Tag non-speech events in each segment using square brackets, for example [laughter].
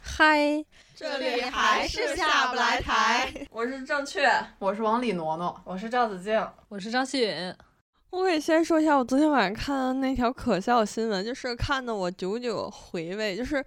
嗨，这里还是下不来台。我是正确，我是往里挪挪，我是赵子静，我是张希允。我也先说一下，我昨天晚上看那条可笑新闻，就是看的我久久回味，就是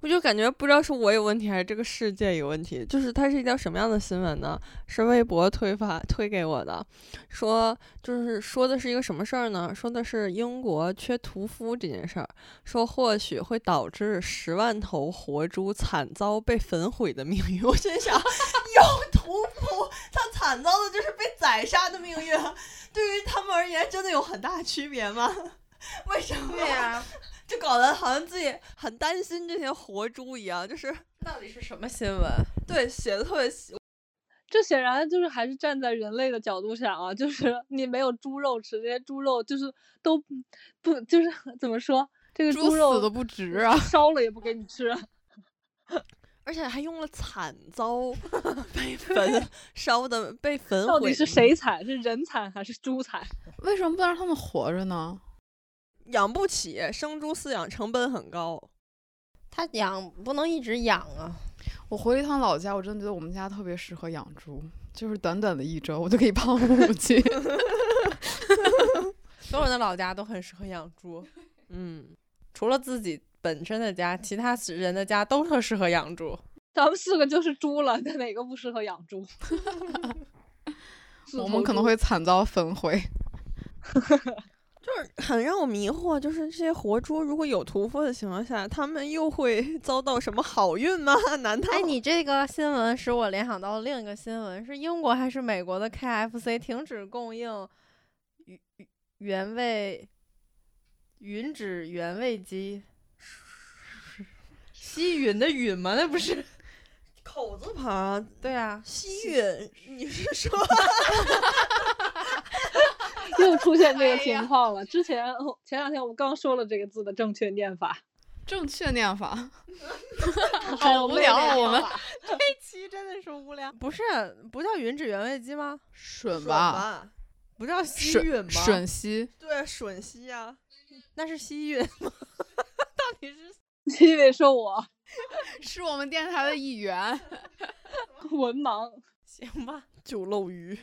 我就感觉不知道是我有问题还是这个世界有问题。就是它是一条什么样的新闻呢？是微博推发推给我的，说就是说的是一个什么事儿呢？说的是英国缺屠夫这件事儿，说或许会导致十万头活猪惨遭被焚毁的命运。 [laughs] 我心想，有屠夫，他惨遭的就是被宰杀的命运。对于他们而言，真的有很大区别吗？ [laughs] 为什么？对呀、 [laughs] 就搞得好像自己很担心这些活猪一样，就是 [laughs] 到底是什么新闻？对写的特别细。这显然就是还是站在人类的角度想啊，就是你没有猪肉吃，这些猪肉就是都不不就是 [laughs] 怎么说，这个猪肉死的不值 [laughs] 啊！烧了也不给你吃。而且还用了“惨遭” [laughs] [laughs] 被焚烧的、被焚到毁底是的谁惨？是人惨还是猪惨？为什么不让他们活着呢？养不起，生猪饲养成本很高。他养不能一直养啊，我回了一趟老家，我真的觉得我们家特别适合养猪，就是短短的一周，我就可以胖五 [laughs] 斤。所有人的老家都很适合养猪，嗯，除了自己本身的家，其他人的家都特适合养猪。咱们四个就是猪了，那哪个不适合养 [laughs] 猪？自我投们可能猪会惨遭焚毁。就是很让我迷惑，就是这些活猪如果有屠夫的情况下，他们又会 [laughs] 遭到什么好运吗？ [laughs] 难道？哎，你这个新闻使我联想到了另一个新闻，是英国还是美国的 KFC 停止供应原原味云指原味鸡？西允的允吗？那不是？ [laughs] 口字旁对啊，西运，你是说又出现 [laughs] 哎这个情况了。之前前两天我们刚说了这个字的正确念法，正确念法， [laughs] 还有好无聊啊！我们这期真的是无聊。不是，不叫云指原味鸡吗？吮吮吧，吧？不叫西吮允吗？吮吸，对，啊吮吸呀、那是西允吗？ [laughs] 到底是因为说我是我们电台的一员。 [laughs] 文盲， [laughs] 哎行吧？就漏鱼。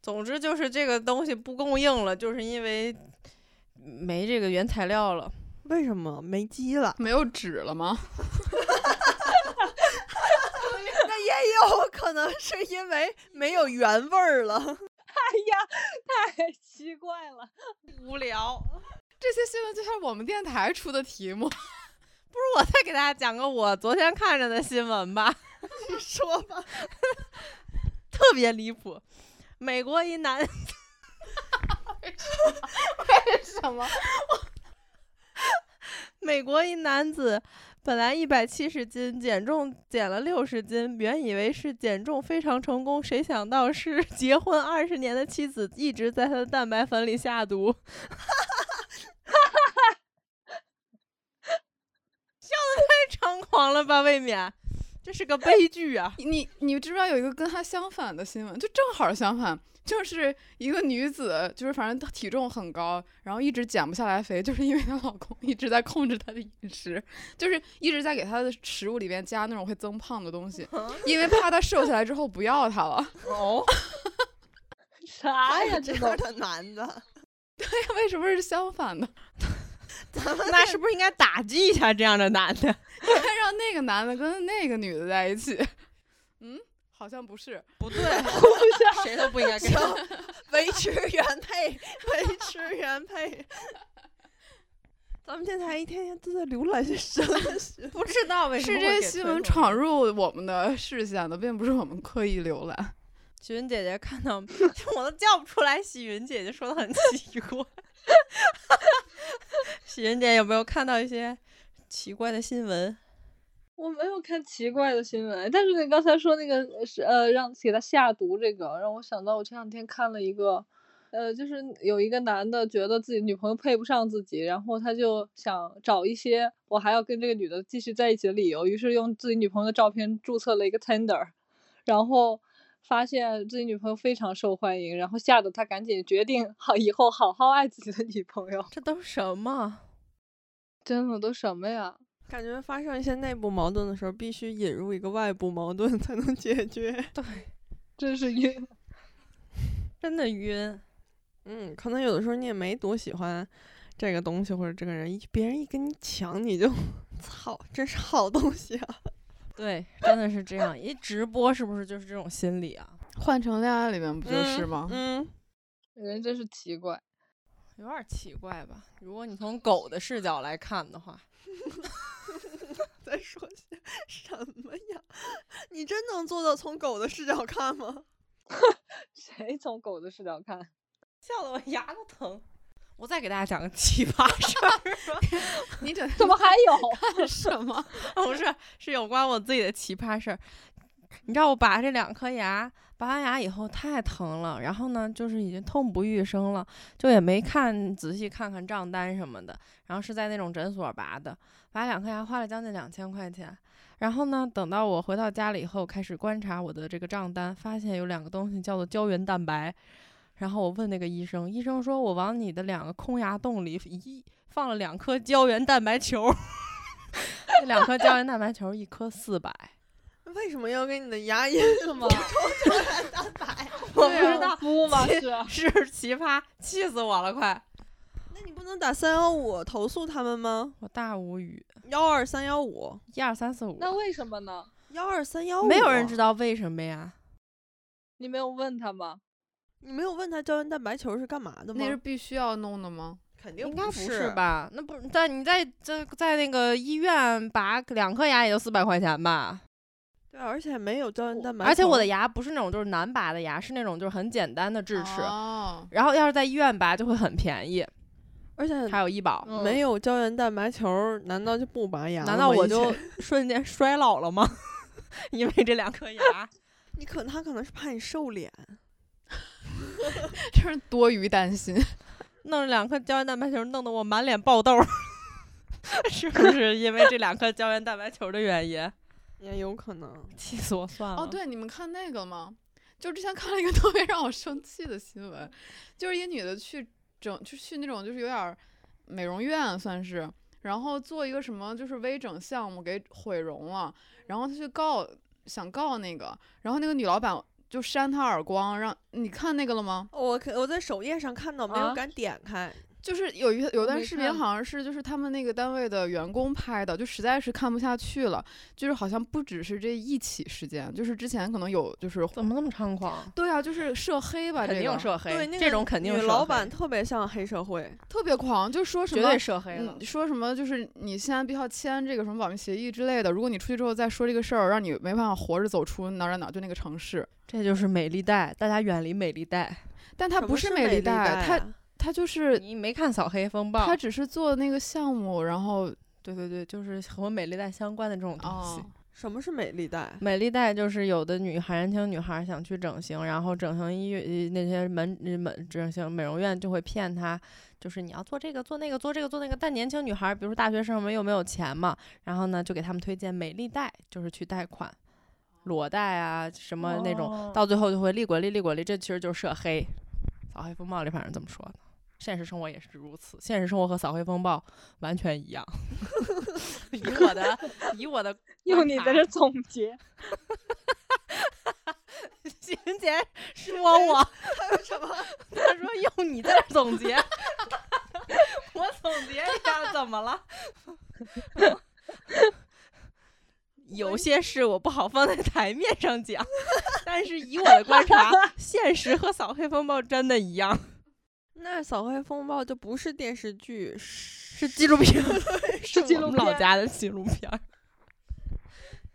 总之就是这个东西不供应了，就是因为没这个原材料了。为什么没鸡了？没有纸了吗？那也有可能是因为没有原味儿 [laughs] 了。哎呀，太奇怪了。无聊，这些新闻就像我们电台出的题目， [laughs] 不如我再给大家讲个我昨天看着的新 [laughs] 闻吧。说吧， [laughs] 特别离谱。美国一男，什么？美国一男子本来一百七十斤，减重减了六十斤，原以为是减重非常成功，谁想到是 [laughs] 结婚二十年的妻子一直在他的蛋白粉里下毒。 [laughs] 笑得太猖狂了吧，未免，这是个悲剧啊！你你知不知道有一个跟他相反的新闻？就正好相反，就是一个女子，就是反正她体重很高，然后一直减不下来肥，就是因为她老公一直在控制她的饮食，就是一直在给她的食物里边加那种会增胖的东西，啊因为怕她瘦下来之后不要她了。 [laughs] [laughs] 哦，啥哎呀？这样都的 [laughs] 男的，为什么是相反的？ [laughs] 咱们 [laughs] 那是不是应该打击一下这样的男的？应该让那个男的跟那个女的在一起。嗯，好像不是。不对，谁都不应该跟他。维持原配，维持原 [laughs] 配。咱们电台一天天都在浏览些什 [laughs] 么事？不知道为什是么这会些给新推闻送闯入我们的视线的，并不是我们刻意浏览。喜云姐姐看到 [laughs] 我都叫不出来，喜云姐姐说的很奇怪。 [laughs] 喜云姐姐有没有看到一些奇怪的新闻？我没有看奇怪的新闻，但是你刚才说那个是呃让给他下毒这个，让我想到我前两天看了一个呃，就是有一个男的觉得自己女朋友配不上自己，然后他就想找一些我还要跟这个女的继续在一起的理由，于是用自己女朋友的照片注册了一个 Tinder，然 [laughs] 后发现自己女朋友非常受欢迎，然后吓得他赶紧决定好以后好好爱自己的女朋友。这都什么？真的都什么呀？感觉发生一些内部矛盾的时候，必须引入一个外部矛盾才能解 [laughs] 决。真是晕。真的晕。嗯，可能有的时候你也没多喜欢这个东西或者这个人，一别人一跟你抢，你就操，真是好东西啊！对，真的是这样。一直播是不是就是这种心理啊？换成恋爱里面不就是吗？嗯， [laughs] 人真是奇怪。有点奇怪吧？如果你从狗的视角来看的话，再说些什么呀？你真能做到从狗的视角看吗？谁从狗的视角看？笑得我牙都疼。我再给大家讲个奇葩事 [laughs] 儿 [laughs] 你整 [laughs] 怎么还有？看什 [laughs] 么？吧， [laughs] 不是，是有关我自己的奇葩事儿。你知道我拔这两颗牙，拔完牙以后太疼了，然后呢，就是已经痛不欲生了，就也没看仔细看看账单什么的。然后是在那种诊所拔的，拔两颗牙花了将近两千块钱。然后呢，等到我回到家里以后，开始观察我的这个账单，发现有两个东西叫做胶原蛋白。然后我问那个医生，医生说我往你的两个空牙洞里一放了两颗胶原蛋白球，那 [laughs] 两颗胶原蛋白球一颗四百。为什么要给你的牙龈是 [laughs] 吗？我不对啊知道，不 [laughs] 嘛其是啊是奇葩，气死我了！快，那你不能打三幺五投诉他们吗？我大无语。幺二三幺五，一二三四五，那为什么呢？幺二三幺五，啊没有人知，道为什么呀？你没有问他吗？你没有问他胶原蛋白球是干嘛的吗那？是必须要弄的吗？肯定应该不是？吧？那不在你在这在那个医院拔两颗牙也就四百块钱吧？对啊，而且没有胶原蛋白球，而且我的牙不是那种就是难拔的牙，是那种就是很简单的智 [laughs] 齿。哦，然后要是在医院拔就会很便宜，而且还有医保。嗯没有胶原蛋白球，难道就不拔牙了吗？难道我以就前瞬间 [laughs] 衰老了吗？因为这两颗牙，你可他可能是怕你瘦脸，这是多余担心。弄了两颗胶原蛋白球，弄得我满脸爆痘儿， [laughs] 是 [laughs] 不是因为这两颗胶原蛋白球的原因？ [laughs] 也有可能。气死我算 [laughs] 了！哦，，对，你们看那个了吗？就之前看了一个特别让我生气的新闻，就是一女的去整，就去那种就是有点儿美容院啊算是，然后做一个什么就是微整项目给毁容了，然后她去告，想告那个，然后那个女老板就扇她耳光，让你看那个了吗？我可我在首页上看到，没有啊敢点开。就是有一有我段没视频看好像是就是他们那个单位的员工拍的，就实在是看不下去了，就是好像不只是这一起事件，就是之前可能有就是怎么那么猖狂？对啊，就是涉黑吧，肯这定个涉黑，对，那个这种肯定女涉老黑板特别像黑社会，特别狂，就说什绝么对。涉黑了嗯，。说什么就是你现在必须要签这个什么保密协议之类的。如果你出去之后再说这个事儿，让你没办法活着走出哪儿哪儿哪儿就那个城市。这就是美丽贷，大家远离美丽贷。但他什不么是是美丽丽贷，他啊他就是你没看《扫黑风暴他》？只是做那个项目，然后对对对，就是和美丽贷相关的这种东西。哦，什么是美丽贷？美丽贷就是有的女孩年轻女孩想去整形，然后整形医院那些门呃门整形美容院就会骗她，就是你要做这个做那个做这个做那个。但年轻女孩，比如说大学生们又没有钱嘛，然后呢就给他们推荐美丽贷，就是去贷款，裸贷啊什么那种，哦到最后就会利滚利利滚利，这其实就是涉黑。扫黑风暴里反正这么说的，现实生活也是如此，现实生活和扫黑风暴完全一样。 [laughs] 以我的以我的 [laughs] 用观你在察这总结，秦姐说我，他说什么？他说用你在这儿总结， [laughs] 我总结一下怎么了？有些事我不好放在台面上讲，但是以我的观察，现实和扫黑风暴真的一样，那《扫黑风暴》就不是电视剧，是是纪录片，是纪我录们老片家的纪录片儿。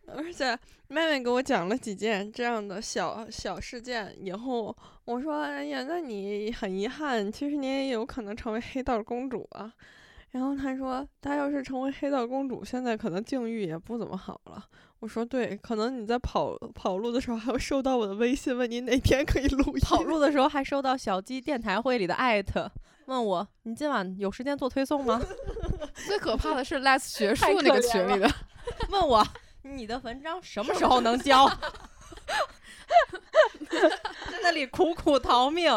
而且妹妹给我讲了几件这样的小小事件以后，我说：“哎呀，那你很遗憾，其实你也有可能成为黑道公主啊。”然后他说，她要是成为黑道公主，现在可能境遇也不怎么好了。我说对，可能你在跑跑路的时候还会收到我的微信，问你哪天可以录音。跑路的时候还收到小鸡电台会里的艾特，问我你今晚有时间做推送吗？最可怕的是 [laughs] Let's 学术太那可个怜群里了的，问我你的文章什么时候能交？ [laughs] 在那里苦苦逃命，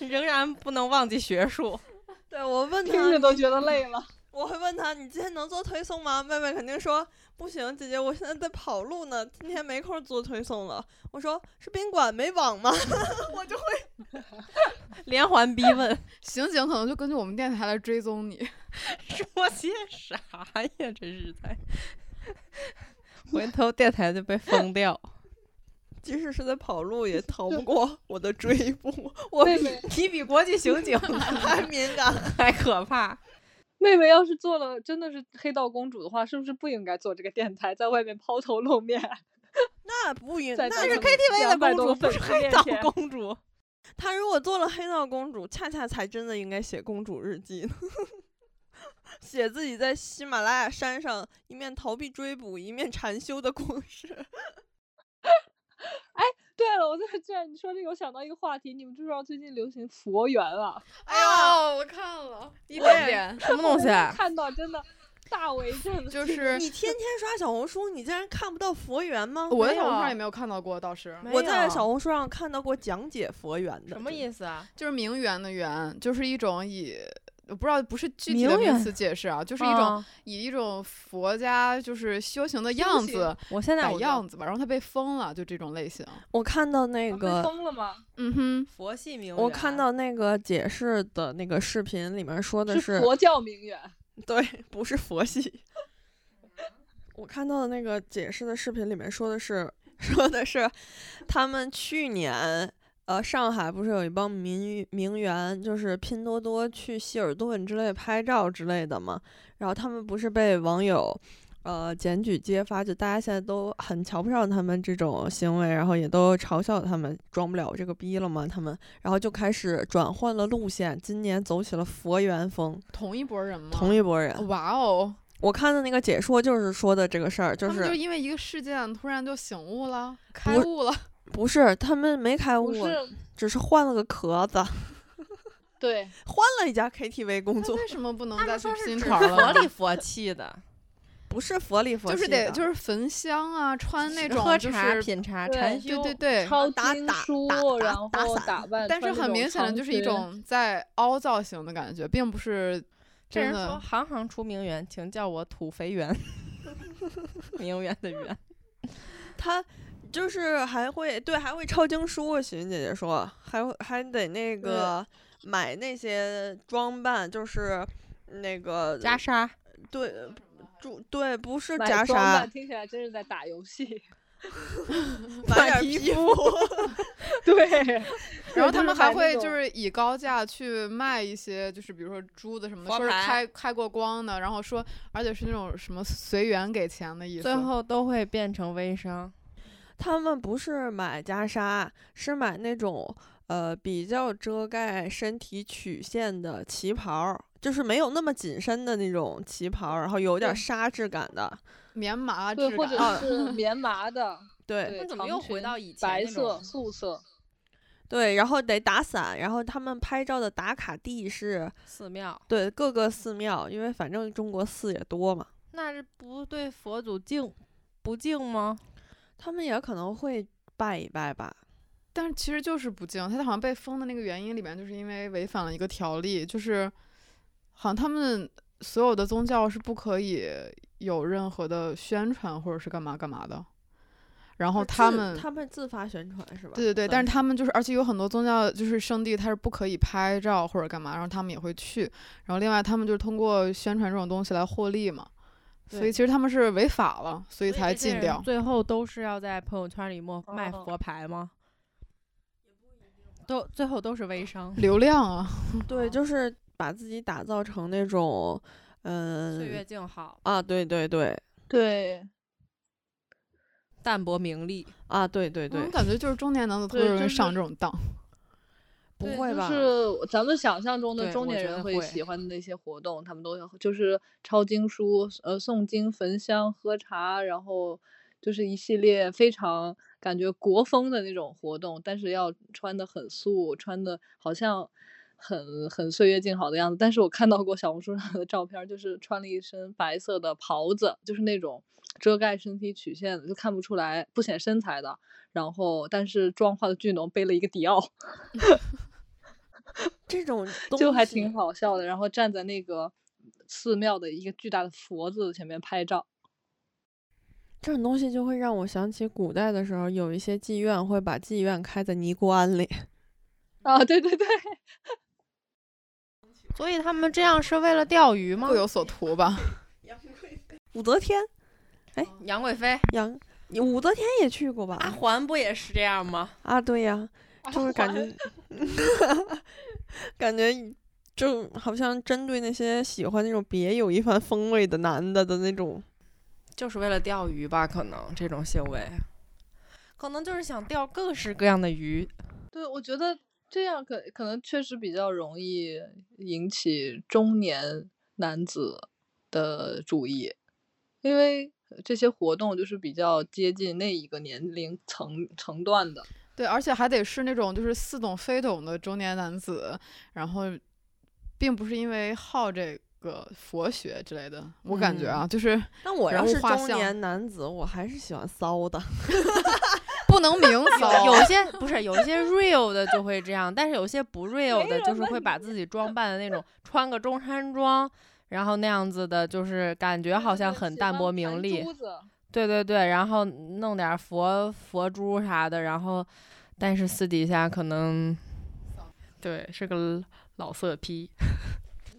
仍然不能忘记学术。 [laughs] 对我问他，听着都觉得累了。我会问他：“你今天能做推送吗？”妹妹肯定说：“不行，姐姐，我现在在跑路呢，今天没空做推送了。”我说：“是宾馆没网吗连环逼问，刑警可能就根据我们电台来追踪你。说些啥呀？真是 [laughs] 在，回头电台就被封掉。？”即使是在跑路，也逃不过我的追捕。我妹妹你比国际刑警还 [laughs] 敏感，还可怕。妹妹要是做了真的是黑道公主的话，是不是不应该做这个电台，在外面抛头露面？那不 [laughs] 允在那咱是们黑。 KTV 的200公多主不粉是丝黑面道前公主，她如果做了黑道公主，恰恰才真的应该写公主日记呢， [laughs] 写自己在喜马拉雅山上一面逃避追捕，一面禅修的故 [laughs] 事。对了，我在这你说这个，我想到一个话题，你们知不知道最近流行佛缘啊？哎呦，我看了一点点点，什么东西啊？看到真的大为震惊。就是你天天刷小红书，你竟然看不到佛缘吗？我在没小红书上有也没有看到过，倒是没我在有小红书上看到过讲解佛缘的，什么意思啊？就是名媛的媛，就是一种以。我不知道，不是具体的名名媛嗯词解释啊，就就是一种、以一种佛家就是修行的样子我现在摆我就样子吧，然后他被封了，就这种类型。我看到那啊被个，封了吗？嗯哼，佛系名媛，啊我看 [laughs] 到那个解释的那个视频里面说的是，佛教名媛，对，不是佛系。 [laughs] 我看到的那个解释的视频里面说的 [laughs] 是，说的是他们去年。呃，上海不是有一帮名名媛，就是拼多多去希尔顿之类拍照之类的嘛？然后他们不是被网友呃检举揭发，就大家现在都很瞧不上他们这种行为，然后也都嘲笑他们装不了这个逼了嘛，他们，然后就开始转换了路线，今年走起了佛缘风，同一拨人吗？同一拨人。哇哦，我看的那个解说就是说的这个事儿，就他们就是因为一个事件突然就醒悟了，开悟了。不是他们没开不悟，是只是换了个壳子，换对，了一家 KTV 工那作，为什么不能他再去们说是新指团了佛呢？里佛气的，不是佛里佛就气是得就是是焚香啊，穿那种喝就茶、是品茶、对对禅修，对对对，啊抄打经打书打打，然后打伞打扮，但是呃穿那很种明显的长就是一裙种在凹造型的感觉，并不是这真人说的。行行出名媛，请叫我土肥圆。 [laughs] 名媛的 [laughs] 媛，他。就是还会对，还会抄经书。许云姐姐说，还会还得那个买那些装扮，就是那个袈 [laughs] 裟，对，呃住对，不是买袈装裟扮，听起来真是在打游戏。买点皮肤， [laughs] 对，[laughs] 然后他就是们还买那会就种是以高价去卖一些，就是比如说珠子什么的，佛说是牌开开过光的，然后说而且是那种什么随缘给钱的意思。 [laughs] 最后都会变成微商。他们不是买袈裟，是买那种呃比较遮盖身体曲线的旗袍儿，就是没有那么紧身的那种旗袍儿，然后有点对纱质感的。棉麻质对，或者感，[laughs] 哦是啊棉麻的，对对，那怎么长又回裙到以前白那种色、素色？对，然后得打伞，然后他们拍照的打卡地是寺庙，对各个寺庙，因为反正中国寺也多嘛，那是不对佛祖敬不敬吗？他们也可能会拜一拜吧。但是其实就是不敬。他好像被封的那个原因里面，就是因为违反了一个条例，就是好像他们所有的宗教是不可以有任何的宣传或者是干嘛干嘛的。然后是他自们他们自发宣传是吧？嗯对对对，算但是他们就是，而且有很多宗教就是圣地，它是不可以拍照或者干嘛，然后他们也会去。然后另外，他们就是通过宣传这种东西来获利嘛，所以对其实他们是违法了，所以所以才这些禁人掉。最后都是要在朋友圈里默卖哦佛牌吗？都最后都是微商，流量啊，嗯对，就是把自己打造成那种，嗯、岁月静好，啊，对对对，对淡泊名利。啊，对对我对嗯感觉就是中年男子特对别容就易是上这种当。不对会吧？就是咱们想象中的对中我年觉人得会会喜欢的那些活动，他们都要就是抄经书、呃诵经、焚香、喝茶，然后就是一系列非常感觉国风的那种活动，但是要穿的很素，穿的好像很很岁月静好的样子。但是我看到过小红书上的照片儿，就是穿了一身白色的袍子，就是那种遮盖身体曲线的，就看不出来不显身材的。然后，但是妆化的巨浓，背了一个迪奥。这 [laughs] 种就东还西挺好笑的。然后站在那个寺庙的一个巨大的佛字前面拍照，这种东西就会让我想起古代的时候，有一些妓院会把妓院开在尼姑庵里。 [laughs] 啊，对对 [laughs] 对，所以他们这样是为了钓鱼吗各？有所图吧。武则天、杨贵妃、杨，你武则天也去过吧？阿环不也是这样吗？啊，对呀、就是感觉， [laughs] 感觉就好像针对那些喜欢那种别有一番风味的男的的那种。就是为了钓鱼吧？可能这种行为，可能就是想钓各式各样的鱼。对我觉得这样可可能确实比较容易引起中年男子的注意，因为这些活动就是比较接近那一个年龄层层段的。对，而且还得是那种就是似懂非懂的中年男子，然后并不是因为好这个佛学之类的，我感觉啊，就是但我人要物是画中像年男子，我还是喜欢骚的。 [laughs] 不能明骚。有些不是，有些 real 的就会这样，但是有些不 real 的，就是会把自己装扮的那种，穿个中山装，然后那样子的，就是感觉好像很淡泊名利。对对对，然后弄点佛佛珠啥的，然后但是私底下可能，对，是个老色批。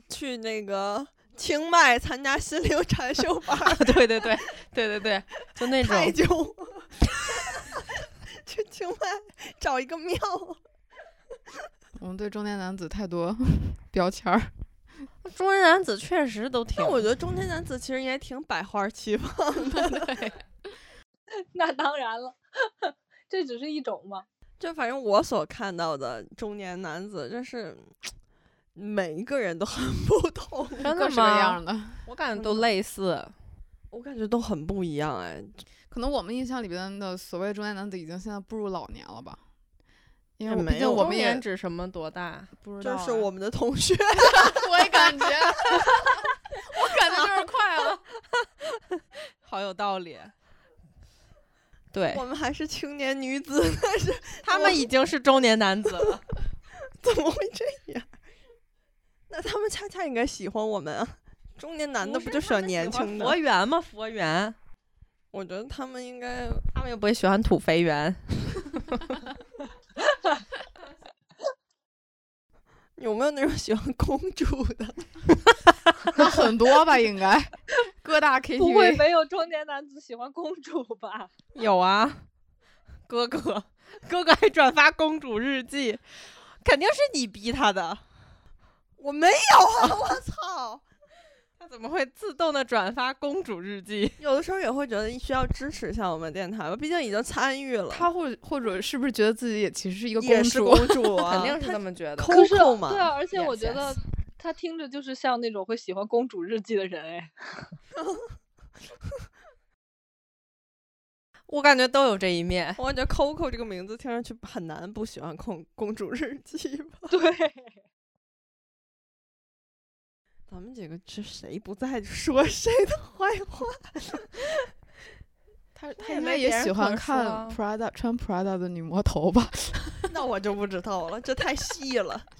去那个清迈参加心灵禅修班儿 [laughs] 对对对对对对，就那种太久，去清迈找一个庙。我们对中年男子太多 [laughs] 标签儿，中年男子确实都挺但，我觉得中年男子其实也挺百花齐放。 [laughs] [laughs] 那当然了， [laughs] 这只是一种嘛。就反正我所看到的中年男子，真是每一个人都很不同，真各的式各吗？样的。我感嗯觉都类似。我感觉都很不一样哎。可能我们印象里边的所谓中年男子，已经现在步入老年了吧？因为也我没有毕竟我中们年也指什么多大？ [laughs] 不知道就啊，是我们 [laughs] 的同学， [laughs] 我也感觉我感觉就是快了， [laughs] 好有道理。对我们还是青年女子，但是他们已经是中年男 [laughs] 子了，怎么会这样？那他们恰恰应该喜欢我们啊！中年男的不就喜欢年轻佛的？缘吗？佛缘，我觉得他们应该他们又不会喜欢土肥 [laughs] 圆。有没有那种喜欢公主的？ [laughs] 那很多吧，应该各大不会 KTV 没有中年男子喜欢公主吧？有啊，哥哥， [laughs] 哥哥还转发公主日记，肯定是你逼他的，我没有啊！我操！他怎么会自动的转发公主日记？有的时候也会觉得需要支持一下我们电台吧，毕竟已经参与了。他或或者是不是觉得自己也其实是一个也公是主？公 [laughs] 主啊，肯定是她这么觉得。抠可是抠嘛对啊，而且我 Yes, 觉得 yes. 他听着就是像那种会喜欢《公主日记》的人哎。 [laughs] [laughs] 我感觉都有这一 [laughs] 面。我感觉 Coco 这个名字听上去很难不喜欢公公主日记吧？对，咱们几个这谁不在就说谁的坏话？ [laughs] 他他也应没该别也人喜可欢看说 Prada 穿 Prada 的女魔头 [laughs] 吧？那我就不知道了，这太细了。 [laughs]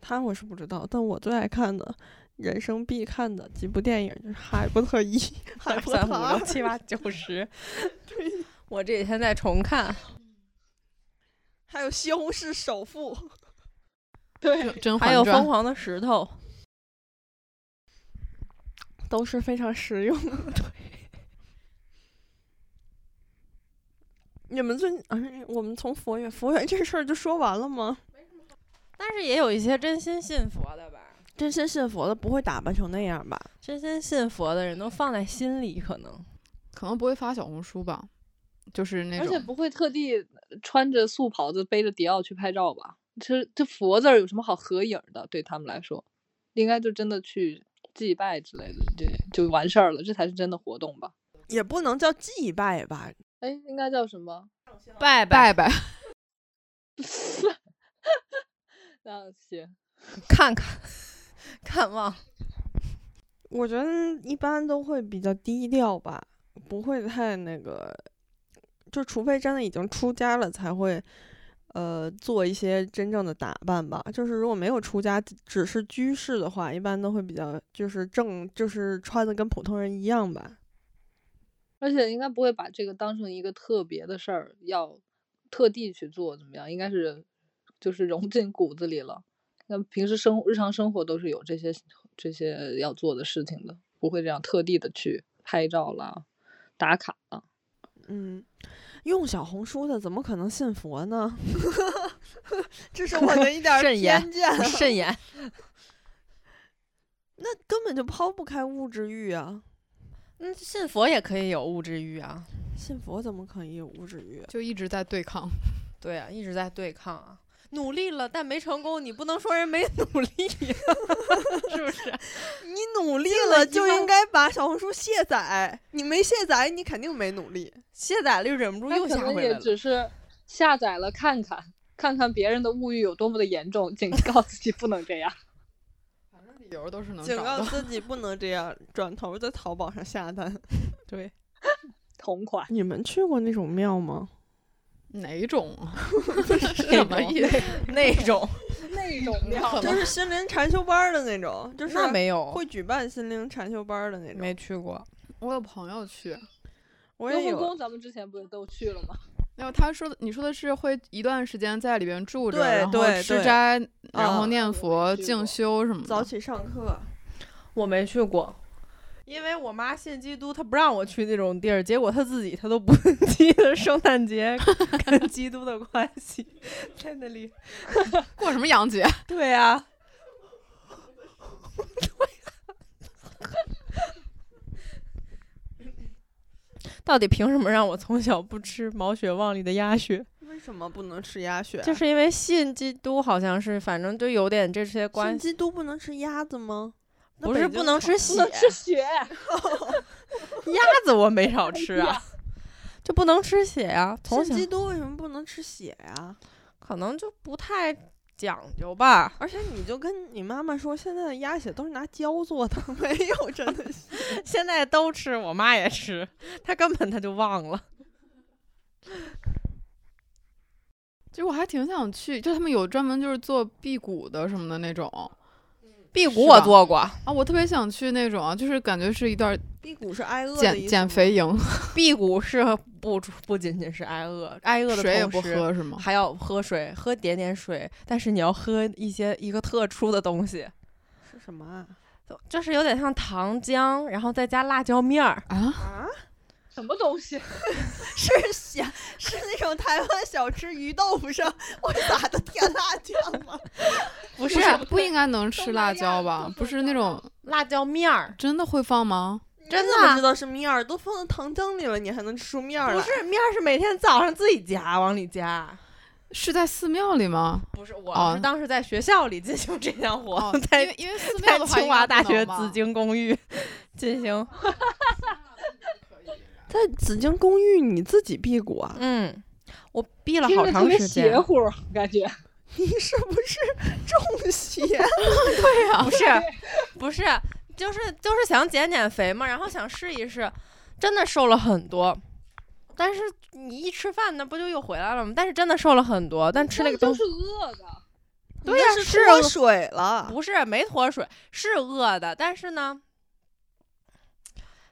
他我是不知道，但我最爱看的、人生必看的几部电影就是《哈利波特一》《哈利波特三五二六》。七八九 [laughs] 十。我这几天在重看，还有《西红柿首富》。 《甄还嬛有《传疯》狂的石头》。都是非常实用的。 [laughs] 你们最，哎，我们从佛缘，佛缘这事儿就说完了吗？但是也有一些真心信佛的吧，真心信佛的不会打扮成那样吧？真心信佛的人都放在心里，可能可能不会发小红书吧？就是那而且种不会特地穿着素袍子背着迪奥去拍照吧？这这佛字儿有什么好合影儿的？对他们来说，应该就真的去祭拜之类的，这就完事儿了，这才是真的活动吧？也不能叫祭拜吧，哎，应该叫什么？拜拜，拜拜， [laughs] 那行，看看， [laughs] 看 [laughs] 望。我觉得一般都会比较低调吧，不会太那个，就除非真的已经出家了才会，呃，做一些真正的打扮吧。就是如果没有出家，只是居士的话，一般都会比较就是正，就是穿的跟普通人一样吧。而且应该不会把这个当成一个特别的事儿，要特地去做怎么样？应该是就是融进骨子里了。那平时生日常生活都是有这些这些要做的事情的，不会这样特地的去拍照啦、打卡啦。嗯，用小红书的怎么可能信佛呢？ [laughs] 这是我的一点儿 [laughs] 慎言偏见，慎言，那根本就抛不开物质欲啊！嗯，信佛也可以有物质欲啊。信佛怎么可以有物质欲啊？就一直在对抗。对啊，一直在对抗啊，努力了但没成功，你不能说人没努力 [laughs] 呀、是不是？你努力了了一就万应该把小红书卸载，你没卸载，你肯定没努力。卸载率忍不住他又可下能回来也了。 [laughs] 只是下载了看看，看看别人的物欲有多么的严重， [laughs] 警告自己不能这样。反正理由都是能警找告到。自己不能这样，转头在淘宝上下单。对，同款，你们去过那种庙吗？哪种啊？ [laughs] 什么意思？ [laughs] [laughs] 那 [laughs] 种那种可庙就能是 [laughs] 心灵禅修班儿的那种，就是那没有，会举办心灵禅修班儿的那种。没，去过。我有朋友去，我雍和也有。宫咱们之前不是都去了吗？然后他说的，你说的是会一段时间在里边住着，对然后对吃对斋，然啊后念佛、我去静过修什么早的。起上课，我没去过，因为我妈信基督，她不让我去那种地儿，结果她自己她都不记得圣诞节跟基督的关系，在那里。过什么洋节？ [laughs] 对呀、啊，到底凭什么让我从小不吃毛血旺里的鸭血？为什么不能吃鸭血啊？就是因为信基督，好像是，反正就有点这些关信系，基督不能吃鸭子吗？那不北是京不能烤 [laughs] 吃血不能吃血，鸭子，我没少吃 [laughs] 啊，就不能吃血啊。从小信基督为什么不能吃血呀、可能就不太讲究吧。而且你就跟你妈妈说，现在的鸭血都是拿胶做的， [laughs] 没有真的 [laughs] 血。 [laughs] 现在都吃，我妈也吃， [laughs] 她根本她就忘了。其实我还挺想去，就他们有专门就是做辟谷的什么的那种辟谷是我吧做 [laughs] 过，啊，我特别想去那种啊，就是感觉是一段辟谷是挨饿的意思减减吗肥营，辟谷是不不仅仅是挨饿，挨饿的水也不同时喝是吗？还要喝水，喝点点水，但是你要喝一些一个特殊的东西，是什么啊？就就是有点像糖浆，然后再加辣椒面儿。啊，啊，什么东西？ [laughs] 是咸，是那种台湾小吃鱼豆腐上会撒的甜辣酱 [laughs] 吗？不不是不应该能吃辣椒吧？不是那种辣椒面儿，真的会放吗？真你怎么的啊知道是面儿？都放到糖浆里了，你还能吃出面儿不来？是面儿，是每天早上自己夹往里加。是在寺庙里吗？不是，我哦是当时在学校里进行这项活哦动，，在因为因为寺庙在的话清应该华大不能学吧紫荆 [laughs] 公寓进行，在紫荆公寓你自己辟谷啊？ [laughs] 嗯，我闭了听好着特长别时间邪，乎，感觉你是不是中邪？不 [laughs] 是啊啊不是，就是就是想减减肥嘛，然后想试一试，真的瘦了很多。但是你一吃饭，那不就又回来了吗？但是真的瘦了很多，但吃那个都东是西饿的。对呀 [laughs] 你那是是脱水了。不是没脱水，是饿的，但是呢，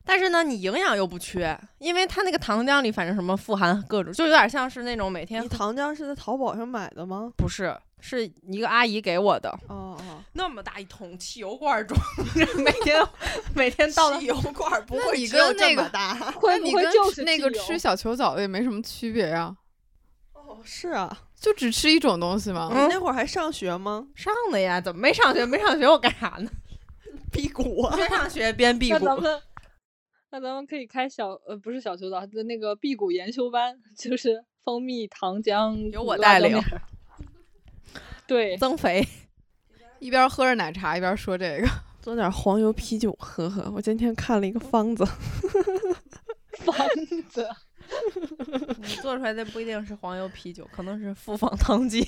但是呢，你营养又不缺，因为它那个糖浆里反正什么富含各种，就有点像是那种每天你糖浆是在淘宝上买的吗？不是是一个阿姨给我的，哦哦，那么大一桶汽油罐儿装着， [laughs] 每天每天到了汽油罐儿不那会你只有跟这那么个大。会啊那不你会跟就是哦那个汽油吃小球枣的也没什么区别啊呀、 [laughs] 哦，是啊。就只吃一种东西嘛。嗯你那会儿还上学吗？上的呀，怎么没 [laughs] 上学？没上学我干啥呢？辟谷啊， [laughs] 边上学边辟那谷咱，们那咱们可以开小呃不是小修道，那个辟谷研修班，就是蜂蜜、糖浆，由我辣带椒领面 [laughs] 儿。对，增肥。一边喝着奶茶一边说这个。做点黄油啤酒喝喝。我今天看了一个方 [laughs] 子，方子， [laughs] [laughs] 你做出来的不一定是黄油啤酒，可能是复方汤 [laughs] 剂。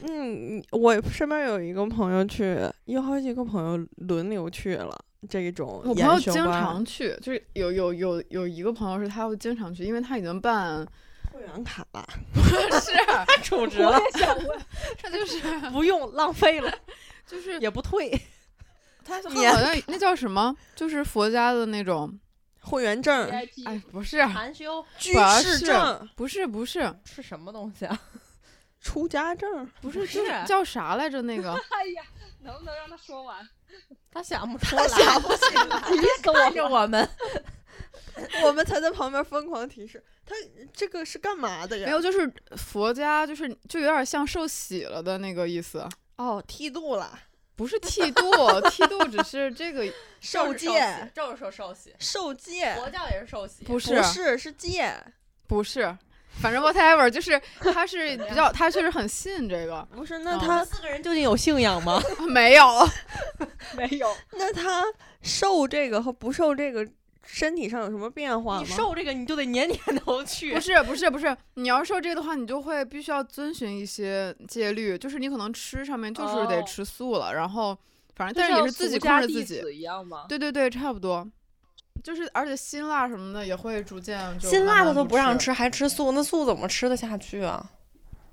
嗯，我身边有一个朋友去，有好几个朋友轮流去了这种 [laughs] 我朋友研修经班。常去，就是有有有有一个朋友是他会经常去，因为他已经办会员卡了， [laughs] 是，啊储值我了，也想问， [laughs] 他就是不用浪费了，就是也不退。他他年好像那叫什么，就是佛家的那种，会员证、哎，不是嗯含羞居反而士是证、不是不是是什么东西啊？出家证。不是，啊是就是叫啥来着？ [laughs] 那个哎呀，能不能让他说完？他想不出来，想不起 [laughs] 来，急死我看了！着我们。 [laughs] 我们才在旁边疯狂提示他这个是干嘛的没呀？有，就是佛家，就是就有点像受洗了的那个意思，哦，剃度了，不是剃度，剃度只是这个受戒，，就是说受洗，受戒，佛教也是受洗。不不是哦是是戒。不是，反正 whatever，就是他是比较，他确实很信这个，不是，那哦他、四个人究竟有信仰 [laughs] 吗？ [laughs] 没有。没有，那他受这个和不受这个，身体上有什么变化吗？你受这个你就得年年都去不。是不是不是，你要受这个的话，你就会必须要遵循一些戒律，就是你可能吃上面就是得哦吃素了，然后反正就 [laughs] 但是也像是自己俗家控制弟自己，子一样吗？对对对，差不多。就是而且辛辣什么的也会逐渐 [laughs] 就辛慢辣的慢都不不让吃，吃，还吃素，那素怎么吃得下去啊？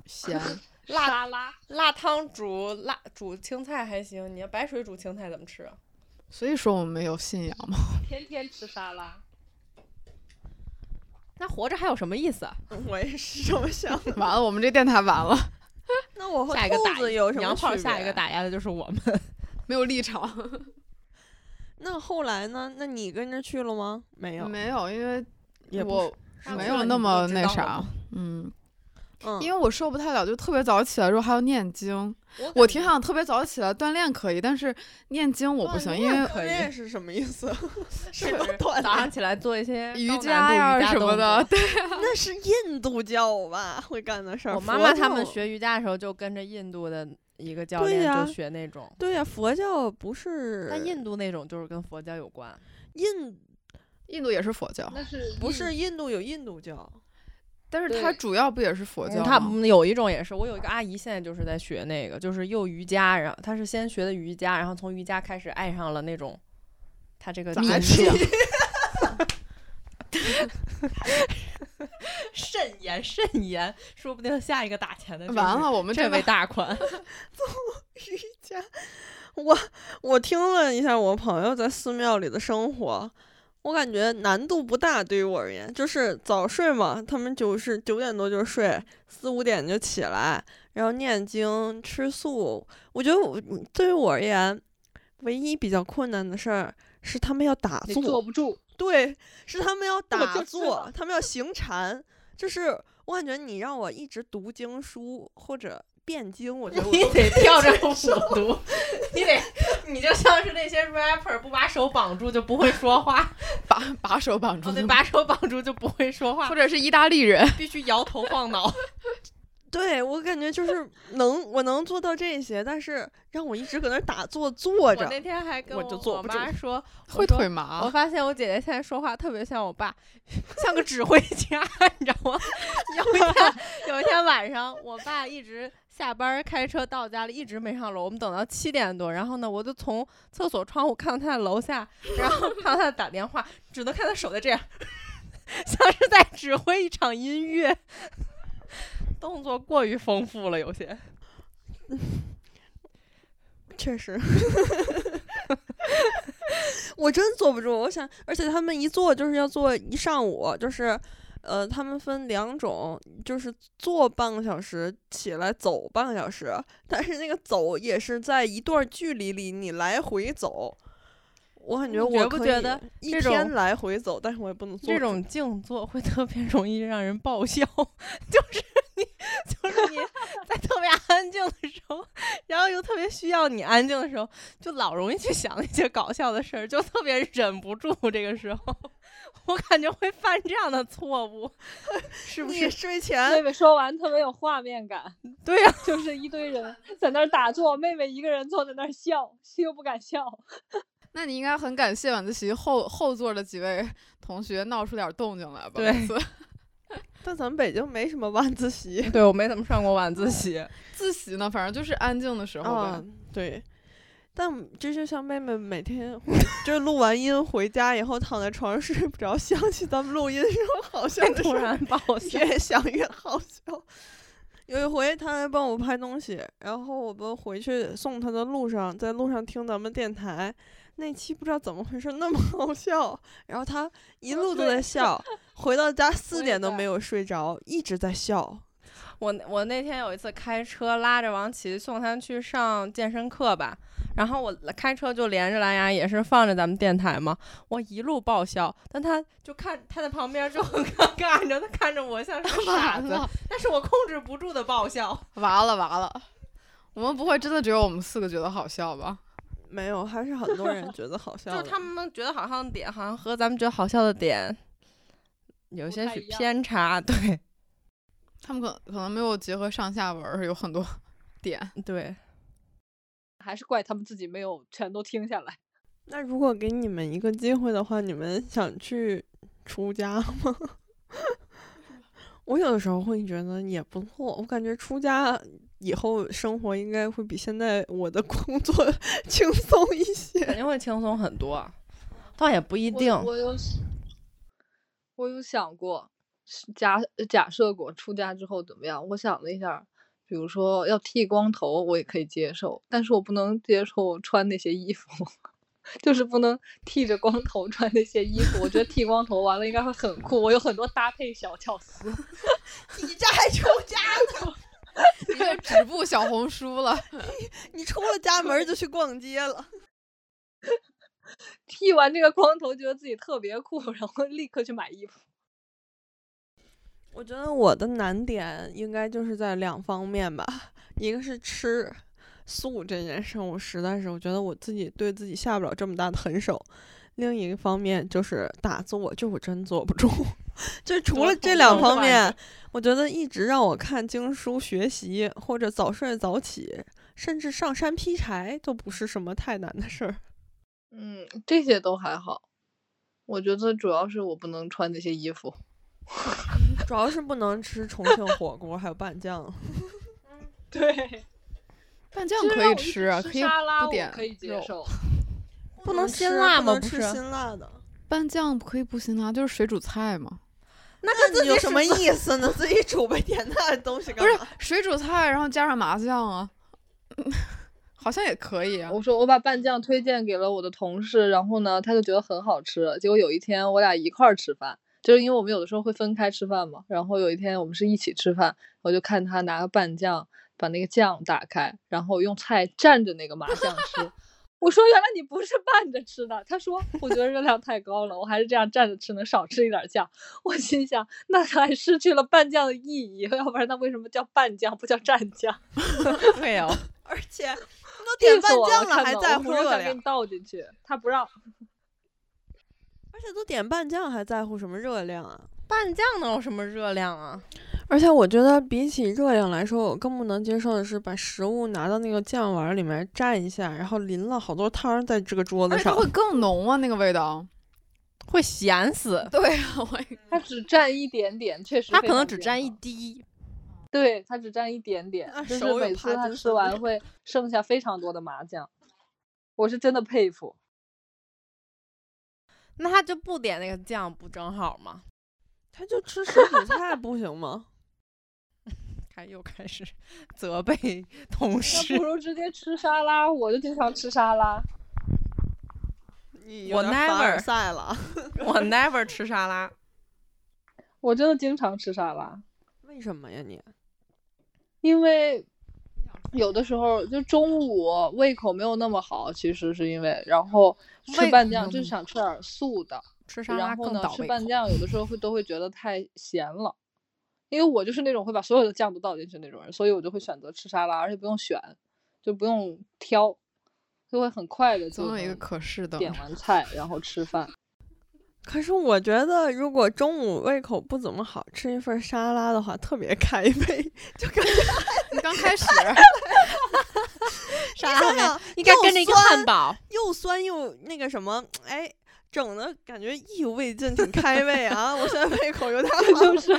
咸辣沙拉，辣汤煮辣煮青菜还行，你要白水煮青菜怎么吃啊？所以说我们没有信仰嘛。 [laughs] 天天吃沙拉。那活着还有什么意思啊？我也是这么想。完了，我们这电台完了，那我和下一个兔打子有什么娘炮儿，区下一别啊个。打压的就是我们。没有立场，那后来呢？那你跟着去了吗？没有，没有，因为也不我那没我有问那你么你知那道了啥吗，嗯，嗯，因为我受不太了，就特别早起来之后还要念经，我 [laughs] 我挺想特别早起来锻炼可以，但是念经我不行，因为锻炼是什么意 [laughs] 思？是都断早了上起来做一些 [laughs] 瑜高难伽度呀瑜伽什么动的作。那是印度教吧会干的事儿。我妈佛妈他教们学瑜伽的时候就跟着印度的一个教对练呀就学那种，对呀、佛教不是但印度那种就是跟佛教有关。印印度也是佛教，那是不印是印度有印度教，但是它对主要不也是佛教嗯吗？他们有一种也是，我有一个阿姨现在就是在学那个，就是又瑜伽，然后她是先学的瑜伽，然后从瑜伽开始爱上了那种，她这个咋宗还 [laughs] 教这慎言慎言，说不定下一个打钱的就是完了，我们这这位位 [laughs] 大款。瑜伽，我我听了一下我朋友在寺庙里的生活，我感觉难度不大，对于我而言，就是早睡嘛，他们就是九点多就睡，四五点就起来，然后念经、吃素。我觉得我嗯对于我而言，唯一比较困难的事儿是他们要打你坐，坐不住，对，是 [laughs] 他们要打就啊知坐道，他们要行禅，就是我感觉你让我一直读经书或者辩经，我觉得我你得跳着舞读，你得，你就像是那些 rapper 不把手绑住就不会说话，把把手绑住哦的对，吗，把手绑住就不会说话或，者是意大利人，必须摇头晃脑。对我感觉就是 [laughs] 能，我能做到这些，但是让我一直搁那儿打坐坐我着，那天还跟我我就坐我不住妈说，我 [laughs] 会说哦腿我麻，发现我姐姐现在说话特别像我爸， [laughs] 像个指挥家， [laughs] 你知道吗？有一天，有一天晚上，我爸一直下班儿开车到家里，一直没上楼。我们等到七点多，然后呢，我就从厕所窗户看到他在楼下，然后看到他在打电话，只能看他手在这样， [laughs] 像是在指挥一场音乐， [laughs] 动作过于丰富了，有些。确 [laughs] 实， [laughs] 我真坐不住。我想，而且他们一坐就是要坐一上午，就是。呃，他们分两种，就是坐半个小时，起来走半个小时，但是那个走也是在一段距离里你来回走。我感觉你我觉不可觉以得一这天种来回走，但是我也不能坐这住种静坐会特别容易让人爆笑， [laughs] 就是你，就是你在特别安静的时候，然后又特别需要你安静的时候，就老容易去想一些搞笑的事儿，就特别忍不住。这个时候， [laughs] 我感觉会犯这样的错误，是不你是？睡妹啊前妹说完，特别有画面感，对呀、就是一堆人在那儿打坐，妹妹一个人坐在那儿笑，又不敢笑。那你应该很感谢晚自习后后座的几位同学闹出点动静来吧？对每次但咱们北京没什么晚自 [laughs] 习。对我没怎么上过晚自习。 [laughs] 自习呢，反正就是安静的时候呗。啊，[laughs] [laughs] 对。但这就像妹妹每天就录完音回家以后躺在床上睡不着，想起咱们录音时候好笑的事 [laughs] 突儿，然爆笑，越想越好笑。有一回他来帮我拍东西，然后我们回去送他的路上，在路上听咱们电台那期，不知道怎么回事那么好笑，然后他一路都在笑，回到家四我也点都在没有睡着，一直在笑。我那我那天有一次开车拉着王琦送他去上健身课吧，然后我开车就连着蓝牙也是放着咱们电台嘛，我一路爆笑，但他就看他在旁边就 [laughs] 很尴尬，你知道他看着我像是个傻完 [laughs] 子，了，但是我控制不住的爆笑。完了，完了！我们不会真的只有我们四个觉得好笑吧？没有，还是很多人觉得 [laughs] 好笑就的。是他们觉得好笑的点，好像和咱们觉得好笑的点有不些太许一样偏差，对他们可可能没有结合上下文儿，有很多 [laughs] [laughs] 点。对。还是怪他们自己没有全都听下来。那如果给你们一个机会的话，你们想去出家吗？ [laughs] 我有的时候会觉得也不错，我感觉出家以后生活应该会比现在我的工作 [laughs] 轻松一些。 [laughs] 肯定会轻松很多，倒也不一定。我我有想，我有想过，是假假设我出家之后怎么样？我想了一下，比如说要剃光头，我也可以接受，但是我不能接受穿那些衣服， [laughs] 就是不能剃着光头穿那些衣服。我觉得剃光头完了应该会很酷，我有很多搭配小巧思。你这还出家？你就止步小红书 [laughs] 了，你出了家门就去逛街了，剃完这个光头，觉得自己特别酷，然后立刻去买衣服。我觉得我的难点应该就是在两方面吧，一个是吃素这件事，我实在是我觉得我自己对自己下不了这么大的狠手；另一个方面就是打坐，这我真坐不住。 [laughs] 就除多了头这两多方腕面，我觉得一直让我看经书学习，或者早睡早起，甚至上山劈柴，都不是什么太难的事儿。嗯，这些都还好。我觉得主要是我不能穿那些衣服。主要是不能吃重庆火锅，还有拌酱。对，拌酱其实可让以我一直吃啊，可以沙拉不我点可以接肉受。不能吃辛辣不吗能不吃是辛辣的。拌酱不可以不辛辣，就是水煮菜嘛。那自你有己什是么意思呢？ [laughs] 自己煮呗，点那东西干不是嘛？水煮菜，然后加上麻酱啊， [laughs] 好像也可以啊。我说我把拌酱推荐给了我的同事，然后呢，他就觉得很好吃。结果有一天我俩一块儿吃饭，就是因为我们有的时候会分开吃饭嘛。然后有一天我们是一起吃饭，我就看他拿个拌酱把那个酱打开，然后用菜蘸着那个麻酱吃。我说原来你不是拌着吃的，他说我觉得热量太高了，我还是这样蘸着吃能少吃一点酱。我心想，那还失去了拌酱的意义，要不然它为什么叫拌酱不叫蘸酱？ [laughs] 对哦，而且你都气点死拌我酱啊了，看还到在我乎说我热想量给你，倒进去，他不让。嗯而且都点拌酱还在乎什么热量啊？ [laughs] 拌酱能有什么热量啊？而且我觉得比起热量来说，我更不能接受的是把食物拿到那个酱碗里面蘸一下，然后淋了好多汤在这个桌而子且它上。会更浓啊，那个 [laughs] 味道。会咸死。对啊，我也它只蘸一点点，确实它非可常能只健蘸一康，滴，对，它只蘸一点点那，就是啊手有每帕次它金吃森吗完 [laughs] 会剩下非常多的麻酱，我是真的佩 [laughs] 服。那他就不点那个酱，不正好吗？他就吃水煮菜不行吗？开又开始 [laughs] 责备同那事不。如直接吃沙拉，我就经常吃沙拉。你有点凡尔赛了，我 never 吃沙拉，我真的经常吃沙拉，为什么呀你？因为有的时候就中午胃口没有那么好，其实是因为然后胃吃口拌没有酱那就么想吃点儿素的，吃沙拉然后更呢倒吃胃拌口。酱有的时候会都会觉得太咸了，因为我就是那种会把所有的酱都倒进去那种人，所以我就会选择吃沙拉，而且不用选，就不用挑，就会很快的就总有一个能可视的。点完菜然后吃饭。可是我觉得，如果中午胃口不怎么好，吃一份沙拉的话，特别开胃，就感觉你刚 [laughs] 开始沙拉还没，应该跟着一个汉堡，又酸又那个什么，哎，整的感觉意犹未尽，挺开胃啊！我现在胃口有点这好。就是，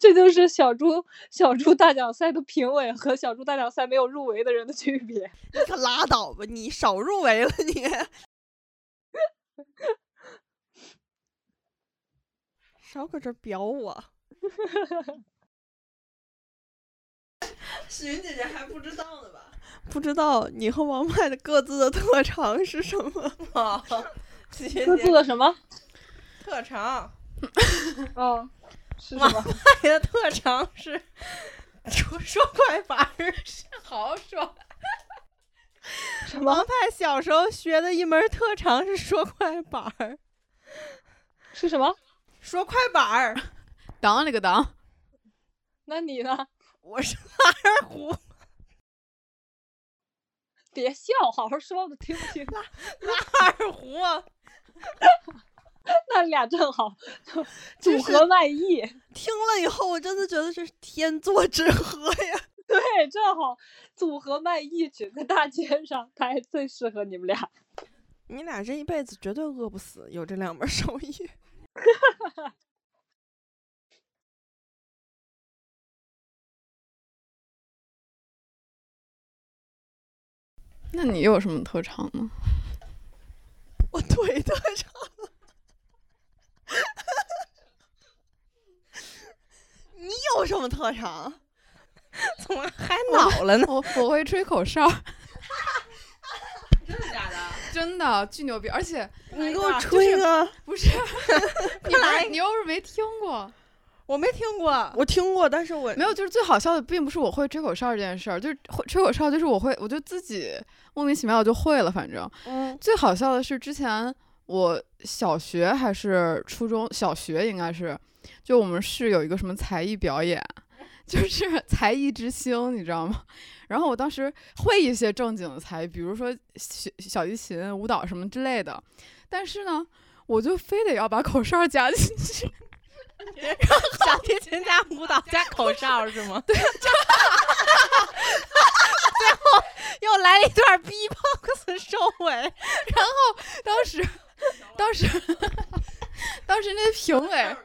这就是小猪小猪大奖赛的评委和小猪大奖赛没有入围的人的区别。你可拉倒吧，你少入围了你。少搁这儿表我。许云姐姐还不知道呢吧？ [laughs] 不知道你和王麦的各自的特长是什么？ [laughs] 好，谢谢各自的什么？特长，哦，是什么？你的 [laughs] 特长是说说快板儿。好爽，什王么？派小时候学的一门特长是说快板儿，是什么？说快板儿，当了个当，那你呢？我是 [laughs] 拉二胡，别笑，好好说，我听不清。 [laughs] 拉二胡啊，那俩正 [laughs] 好组合外溢，听了以后，我真的觉得是天作之合呀！对，正好组合卖艺去，在大街上，他还最适合你们俩。你俩这一辈子绝对饿不死，有这两门手艺。 [laughs] 那你有什么特长呢？ [laughs] 我腿特长。你有什么特长？怎么还恼了呢？我我会吹口哨，真的假的？ [laughs] 真的巨牛逼！而且你一给哎段我儿就吹是啊！不是你不来是你又不是没听过，我没听过， [laughs] 我听过，但是我没有，就是最好笑的，并不是我会吹口哨这件事儿，就是会吹口哨，就是我会，我就自己莫名其妙就会了。反正嗯最好笑的是，之前我小学还是初中，小学应该是，就我们市有一个什么才艺表演， [laughs] 就是才艺之星，你知道吗？然后我当时会一些正经的才艺，比如说小小提琴、舞蹈什么之类的，但是呢，我就非得要把口哨加进去。小提琴加舞蹈加口哨是吗？ [laughs] 对，最后又来了一段 B-box 收 [laughs] 尾， [laughs] 当时，当时， [laughs] 当时那评委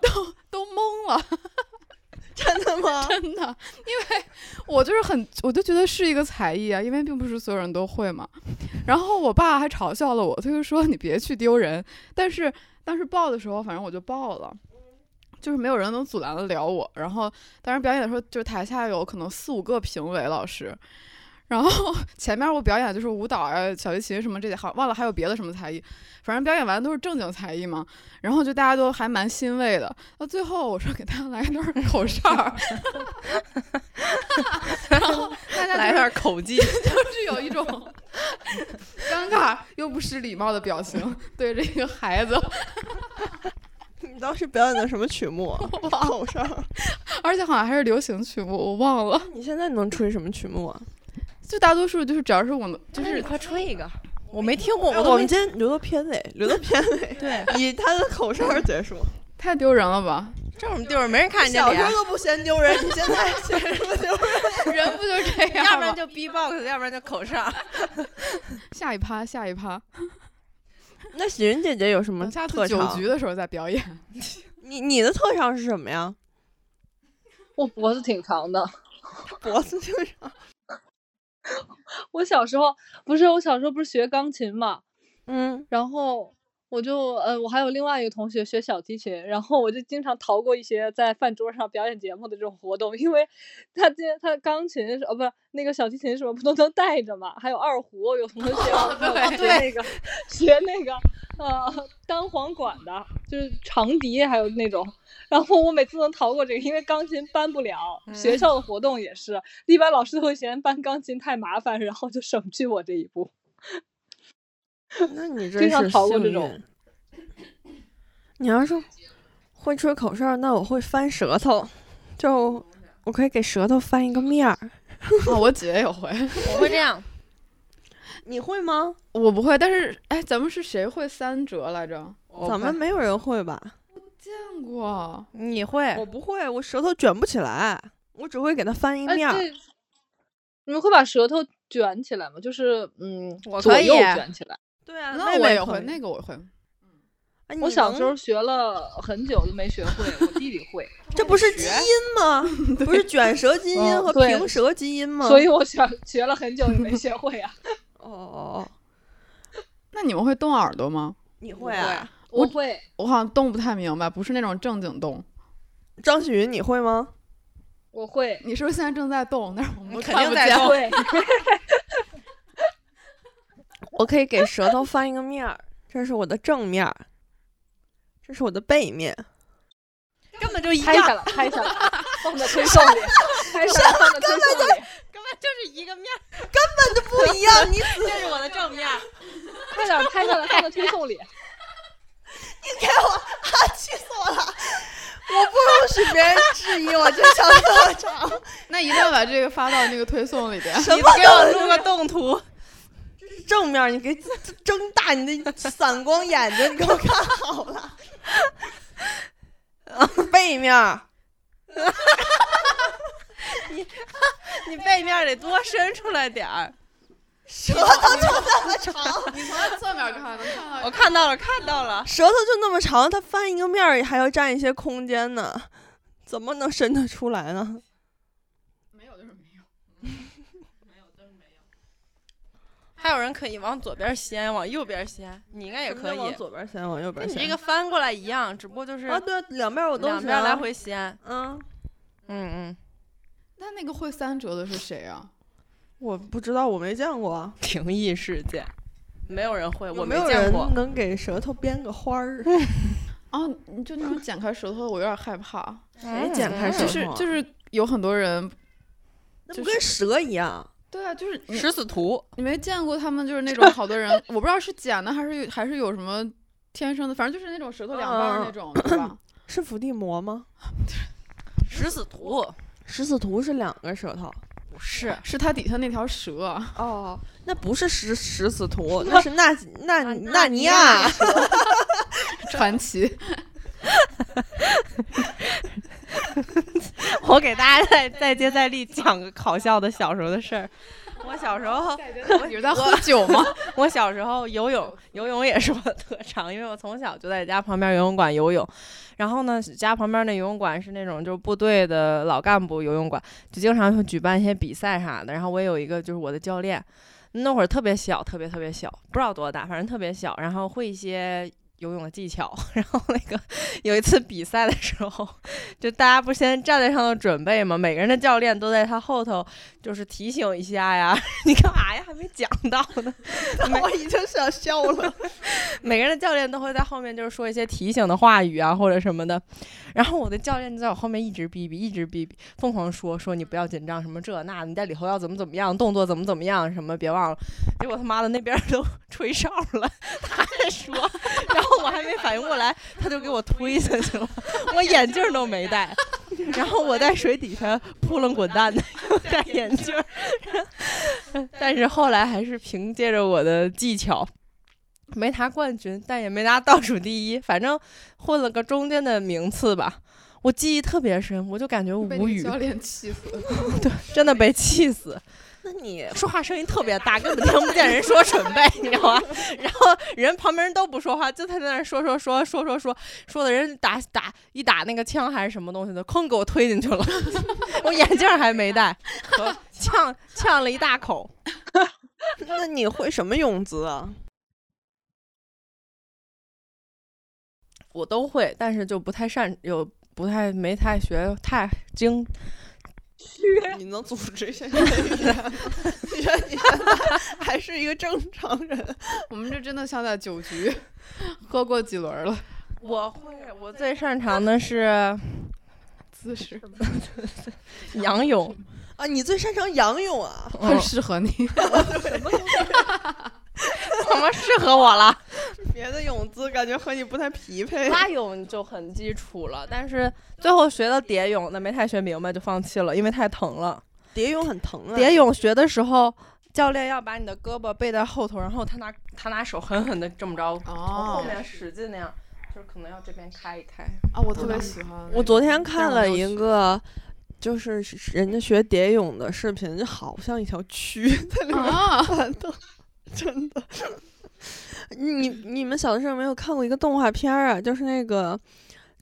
都都懵了，真的 [laughs] 吗？ [laughs] 真的，因为我就是很，我就觉得是一个才艺啊，因为并不是所有人都会嘛。然后我爸还嘲笑了我，他就说你别去丢人。但是当时报的时候，反正我就报了。就是没有人能阻拦得了我，然后当时表演的时候，就是台下有可能四五个评委老师，然后前面我表演的就是舞蹈啊、小提琴什么这些，好忘了还有别的什么才艺，反正表演完都是正经才艺嘛，然后就大家都还蛮欣慰的。到最后我说给大家来一 [laughs] 段口哨儿，然后大家就是段口 [laughs] 技，就是有一种尴尬又不失礼貌的表情对着一个孩子， [laughs] 你当时表演的什么曲目啊？口 [laughs] 哨。而且好像还是流行曲目，我忘了。你现在能吹什么曲目啊？就大多数就是只要是我们就就是是哎快吹一个，哎我没听过，哎我都没们今天留到片尾，留到片 [laughs] 尾，对，以他的口哨结束。太丢人了吧？这种地方没人看你这小时脸候，都不嫌丢人，你 [laughs] 现在嫌什么丢人？人不就这样吗？要不然就 B-box，要不然就口哨。下一趴，下一趴， [laughs] 那喜云姐姐有什么等下特次酒长局？的时候再表演。 [laughs] 你你的特长是什么呀？ [laughs] 我脖子挺长的， [laughs] 脖子特长。我小时候不是我小时候不是学钢琴嘛， [laughs] 嗯，然后我就呃，我还有另外一个同学学小提琴，然后我就经常逃过一些在饭桌上表演节目的这种活动，因为 [laughs] 他今他钢琴是哦，不是那个小提琴什么不都能带着嘛？还有二胡，有同学哦对哦学那个学那个呃单簧管的，就是长笛，还有那种。然后我每次能逃过这个，因为钢琴搬不了，嗯学校的活动也是，一般老师都会嫌搬钢琴太麻烦，然后就省去我这一步。那你真经常是逃过幸这种运。你要是会吹口哨，那我会翻舌头，就我可以给舌头翻一个面儿。啊，我姐也会，我会这样，你会吗？我不会。但是，哎，咱们是谁会三折来着？咱们没有人会吧？见过，你会我不会，我舌头卷不起来，我只会给它翻一哎，面儿。对，你们会把舌头卷起来吗？就是嗯我，左可以右卷起来。对啊，那我也会，那个我也会。哎我你小能时候学了很久都没学会，我弟弟会，这不是基因 [laughs] 吗？不是卷舌基因嗯和对平舌基因吗？所以我学学了很久也没学会啊。哦哦哦，那你们会动耳朵吗？你会啊？我会，我好像动不太明白，不是那种正经动。张馨予你会吗？我会，你是不是现在正在动？但是我们都肯看定不在见动。会。我可以给舌头翻一个面儿，这是我的正面儿，这是我的背面。根本就一拍下样，来，拍下来，放在推送里，拍下来放在推送里，根本就是一个面儿，不一样，你这是我的正面儿，快点拍下来放在推送里。气死我了！我不容许别人质疑我这小特长。那一定要把这个发到那个推送里边。什你么不给我都录个动图， [laughs] 正面儿，你给睁大你的散光眼睛，你给我看好了。 [laughs] 背面儿，你背面儿得多伸出来点儿。舌头就那么长，你从它侧面看能看到我看到了，看到了，舌头就那么长，它翻一个面儿还要占一些空间呢，怎么能伸得出来呢？没有就是没有。还有人可以往左边儿掀，往右边儿掀，你应该也可以。往左边掀，往右边跟你掀。这个翻过来一样，只不过就是啊，对，两边我都啊两边儿来。回掀。嗯，嗯 [laughs] 嗯，那那个会三折的是谁啊？我不知道，我没见过，灵异事件，没有人会，我有没没有见人过。能给舌头编个花儿？啊，你就那种剪开舌头的，我有点害怕。谁剪开嗯手就指是头啊就是有很多人，那就不跟蛇一样？对啊，就是嗯你食死徒，你没见过他们就是那种好多人，我不知道是剪的还是有还是有什么天生的，反正就是那种舌头两半儿那嗯种，对吧？是伏地魔吗？食死徒十四图是两个舌头不是。是它底下那条蛇。嗯哦，那不是十十四图，那是纳纳纳啊纳尼尼亚亚。传奇， [laughs] 我给大家再再接再厉讲个好笑的小时候的事儿。我小时候，你是在喝酒吗？ [laughs] 我小时候游泳，游泳也是我的特长，因为我从小就在家旁边游泳馆游泳。然后呢，家旁边那游泳馆是那种就是部队的老干部游泳馆，就经常会举办一些比赛啥的。然后我也有一个就是我的教练，那会儿特别小，特别特别小，不知道多大，反正特别小。然后会一些游泳的技巧。 [laughs] 然后那个有一次比赛的时候，就大家不先站在上头准备嘛，每个人的教练都在他后头，就是提醒一下呀， [laughs] 你干嘛呀？还没讲到呢， [laughs] 我已经想笑了。 [laughs] 每个人的教练都会在后面就是说一些提醒的话语啊，或者什么的。然后我的教练就在我后面一直逼逼，一直逼逼，疯狂说说你不要紧张，什么这那，你在里头要怎么怎么样，动作怎么怎么样，什么别忘了。结果他妈的那边都 [laughs] 吹哨了，他还 [laughs] 在说，然后我还没反应过来，他就给我推下去了，我眼镜儿都没戴。然后我在水底下扑棱滚蛋的，戴眼镜儿， [laughs] 但是后来还是凭借着我的技巧，没拿冠军，但也没拿倒数第一，反正混了个中间的名次吧。我记忆特别深，我就感觉被无那语，教练气死了。 [laughs] 真的被气死。那你说话声音特别大，根本听不见人说准备， [laughs] 你知道吗？然后人旁边人都不说话，就他在那儿说说说说说说说的人打打一打那个枪还是什么东西的，哐给我推进去了， [laughs] 我眼镜儿还没戴，我呛呛了一大口。那你会什么泳姿啊？我都会，但是就不太擅有不太没太学太精。你能组织一下你的语言？你说你现在还是一个正常人？我们这真的像在酒局， [laughs] 喝过几轮了，我会，我最擅长的是姿势仰泳，啊，你最擅长仰泳啊？很适合你。怎么适合我了？别的泳姿感觉和你不太匹 [laughs] 配。蛙泳就很基础了，但是最后学的蝶泳，那没太学明白就放弃了，因为太疼了。蝶泳很疼啊，蝶泳学的时候，教练要把你的胳膊背在后头，然后他拿他拿手狠狠的这么着从 [laughs] 后哦面使劲那样，就是可能要这边开一开。啊，我特别喜欢。我昨天看但我了没有一个，就是人家学蝶泳的视频，就好像一条蛆 [laughs] 在里面啊，翻腾，真的。你你们小的时候有没有看过一个动画片儿啊？就是那个，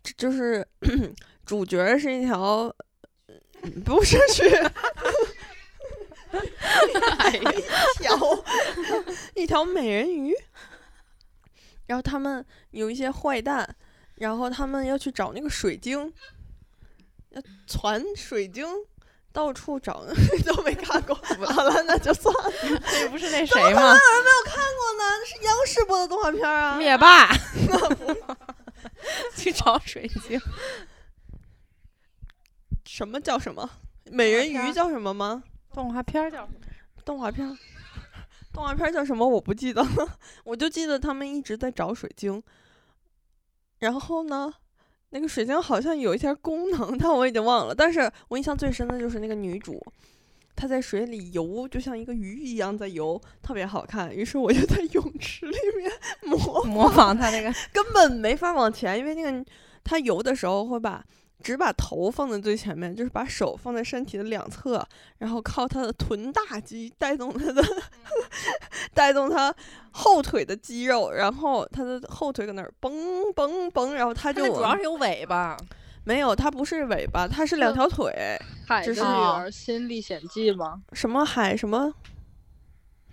就就是 [coughs] 主角是一条，不是蛆哎呀条，一条美人鱼。然后他们有一些坏蛋，然后他们要去找那个水晶，要传水晶，到处找， [laughs] 都没看 [laughs] 过。好了，那就算了。这不是那谁 [laughs] 吗？过呢，这是央视播的动画片啊。灭霸， [laughs] 去找水晶。什么叫什么？美人鱼叫什么吗？动画片儿叫什么？动画 [laughs] 片儿，动画片儿叫什么？我不记得了， [laughs] 我就记得他们一直在找水晶。然后呢，那个水晶好像有一些功能，但我已经忘了。但是我印象最深的就是那个女主，她在水里游，就像一个鱼一样在游，特别好看。于是我就在泳池里面 [laughs] 磨模仿他那个，根本没法往前，因为那个他游的时候会把只把头放在最前面，就是把手放在身体的两侧，然后靠他的臀大肌带动他的带动他后腿的肌肉，然后他的后腿搁那儿蹦蹦蹦，然后他他就那主要是有尾巴。没有，他不是尾巴，他是两条腿，海这的是女儿新历险记 [laughs] 吗？什么海什么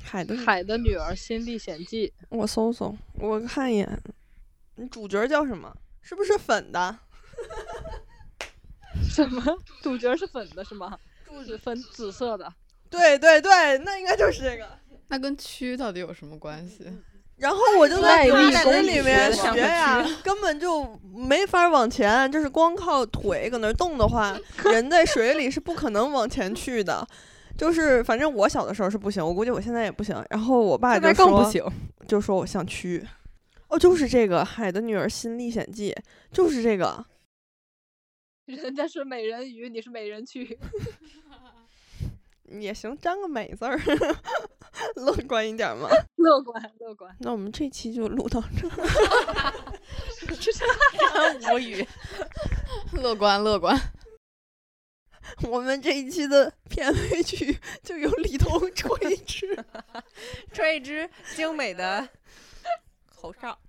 海的，海的女儿新历险记，我搜搜，我看一眼，主角叫什么？是不是粉的？什么 [laughs] 主角是粉的是吗？是粉紫色的。对对对，那应该就是这个。那跟蛆到底有什么关系？然后我就在外大力山攻里击面的学呀，根本就没法往前，就是光靠腿搁那儿动的话，人在水里是不可能往前去的。就是反正我小的时候是不行，我估计我现在也不行。然后我爸现就在更不说，行，就说我像蛆。哦，就是这个《海的女儿新历险记》，就是这个。人家是美人鱼，你是美人蛆。也行，沾个美字儿， [laughs] 乐观一点嘛。乐观，乐观。那我们这期就录到这儿。真无语。乐观，乐观。我们这一期的片尾曲就由李彤吹之。 [laughs] 吹一支精美的口哨。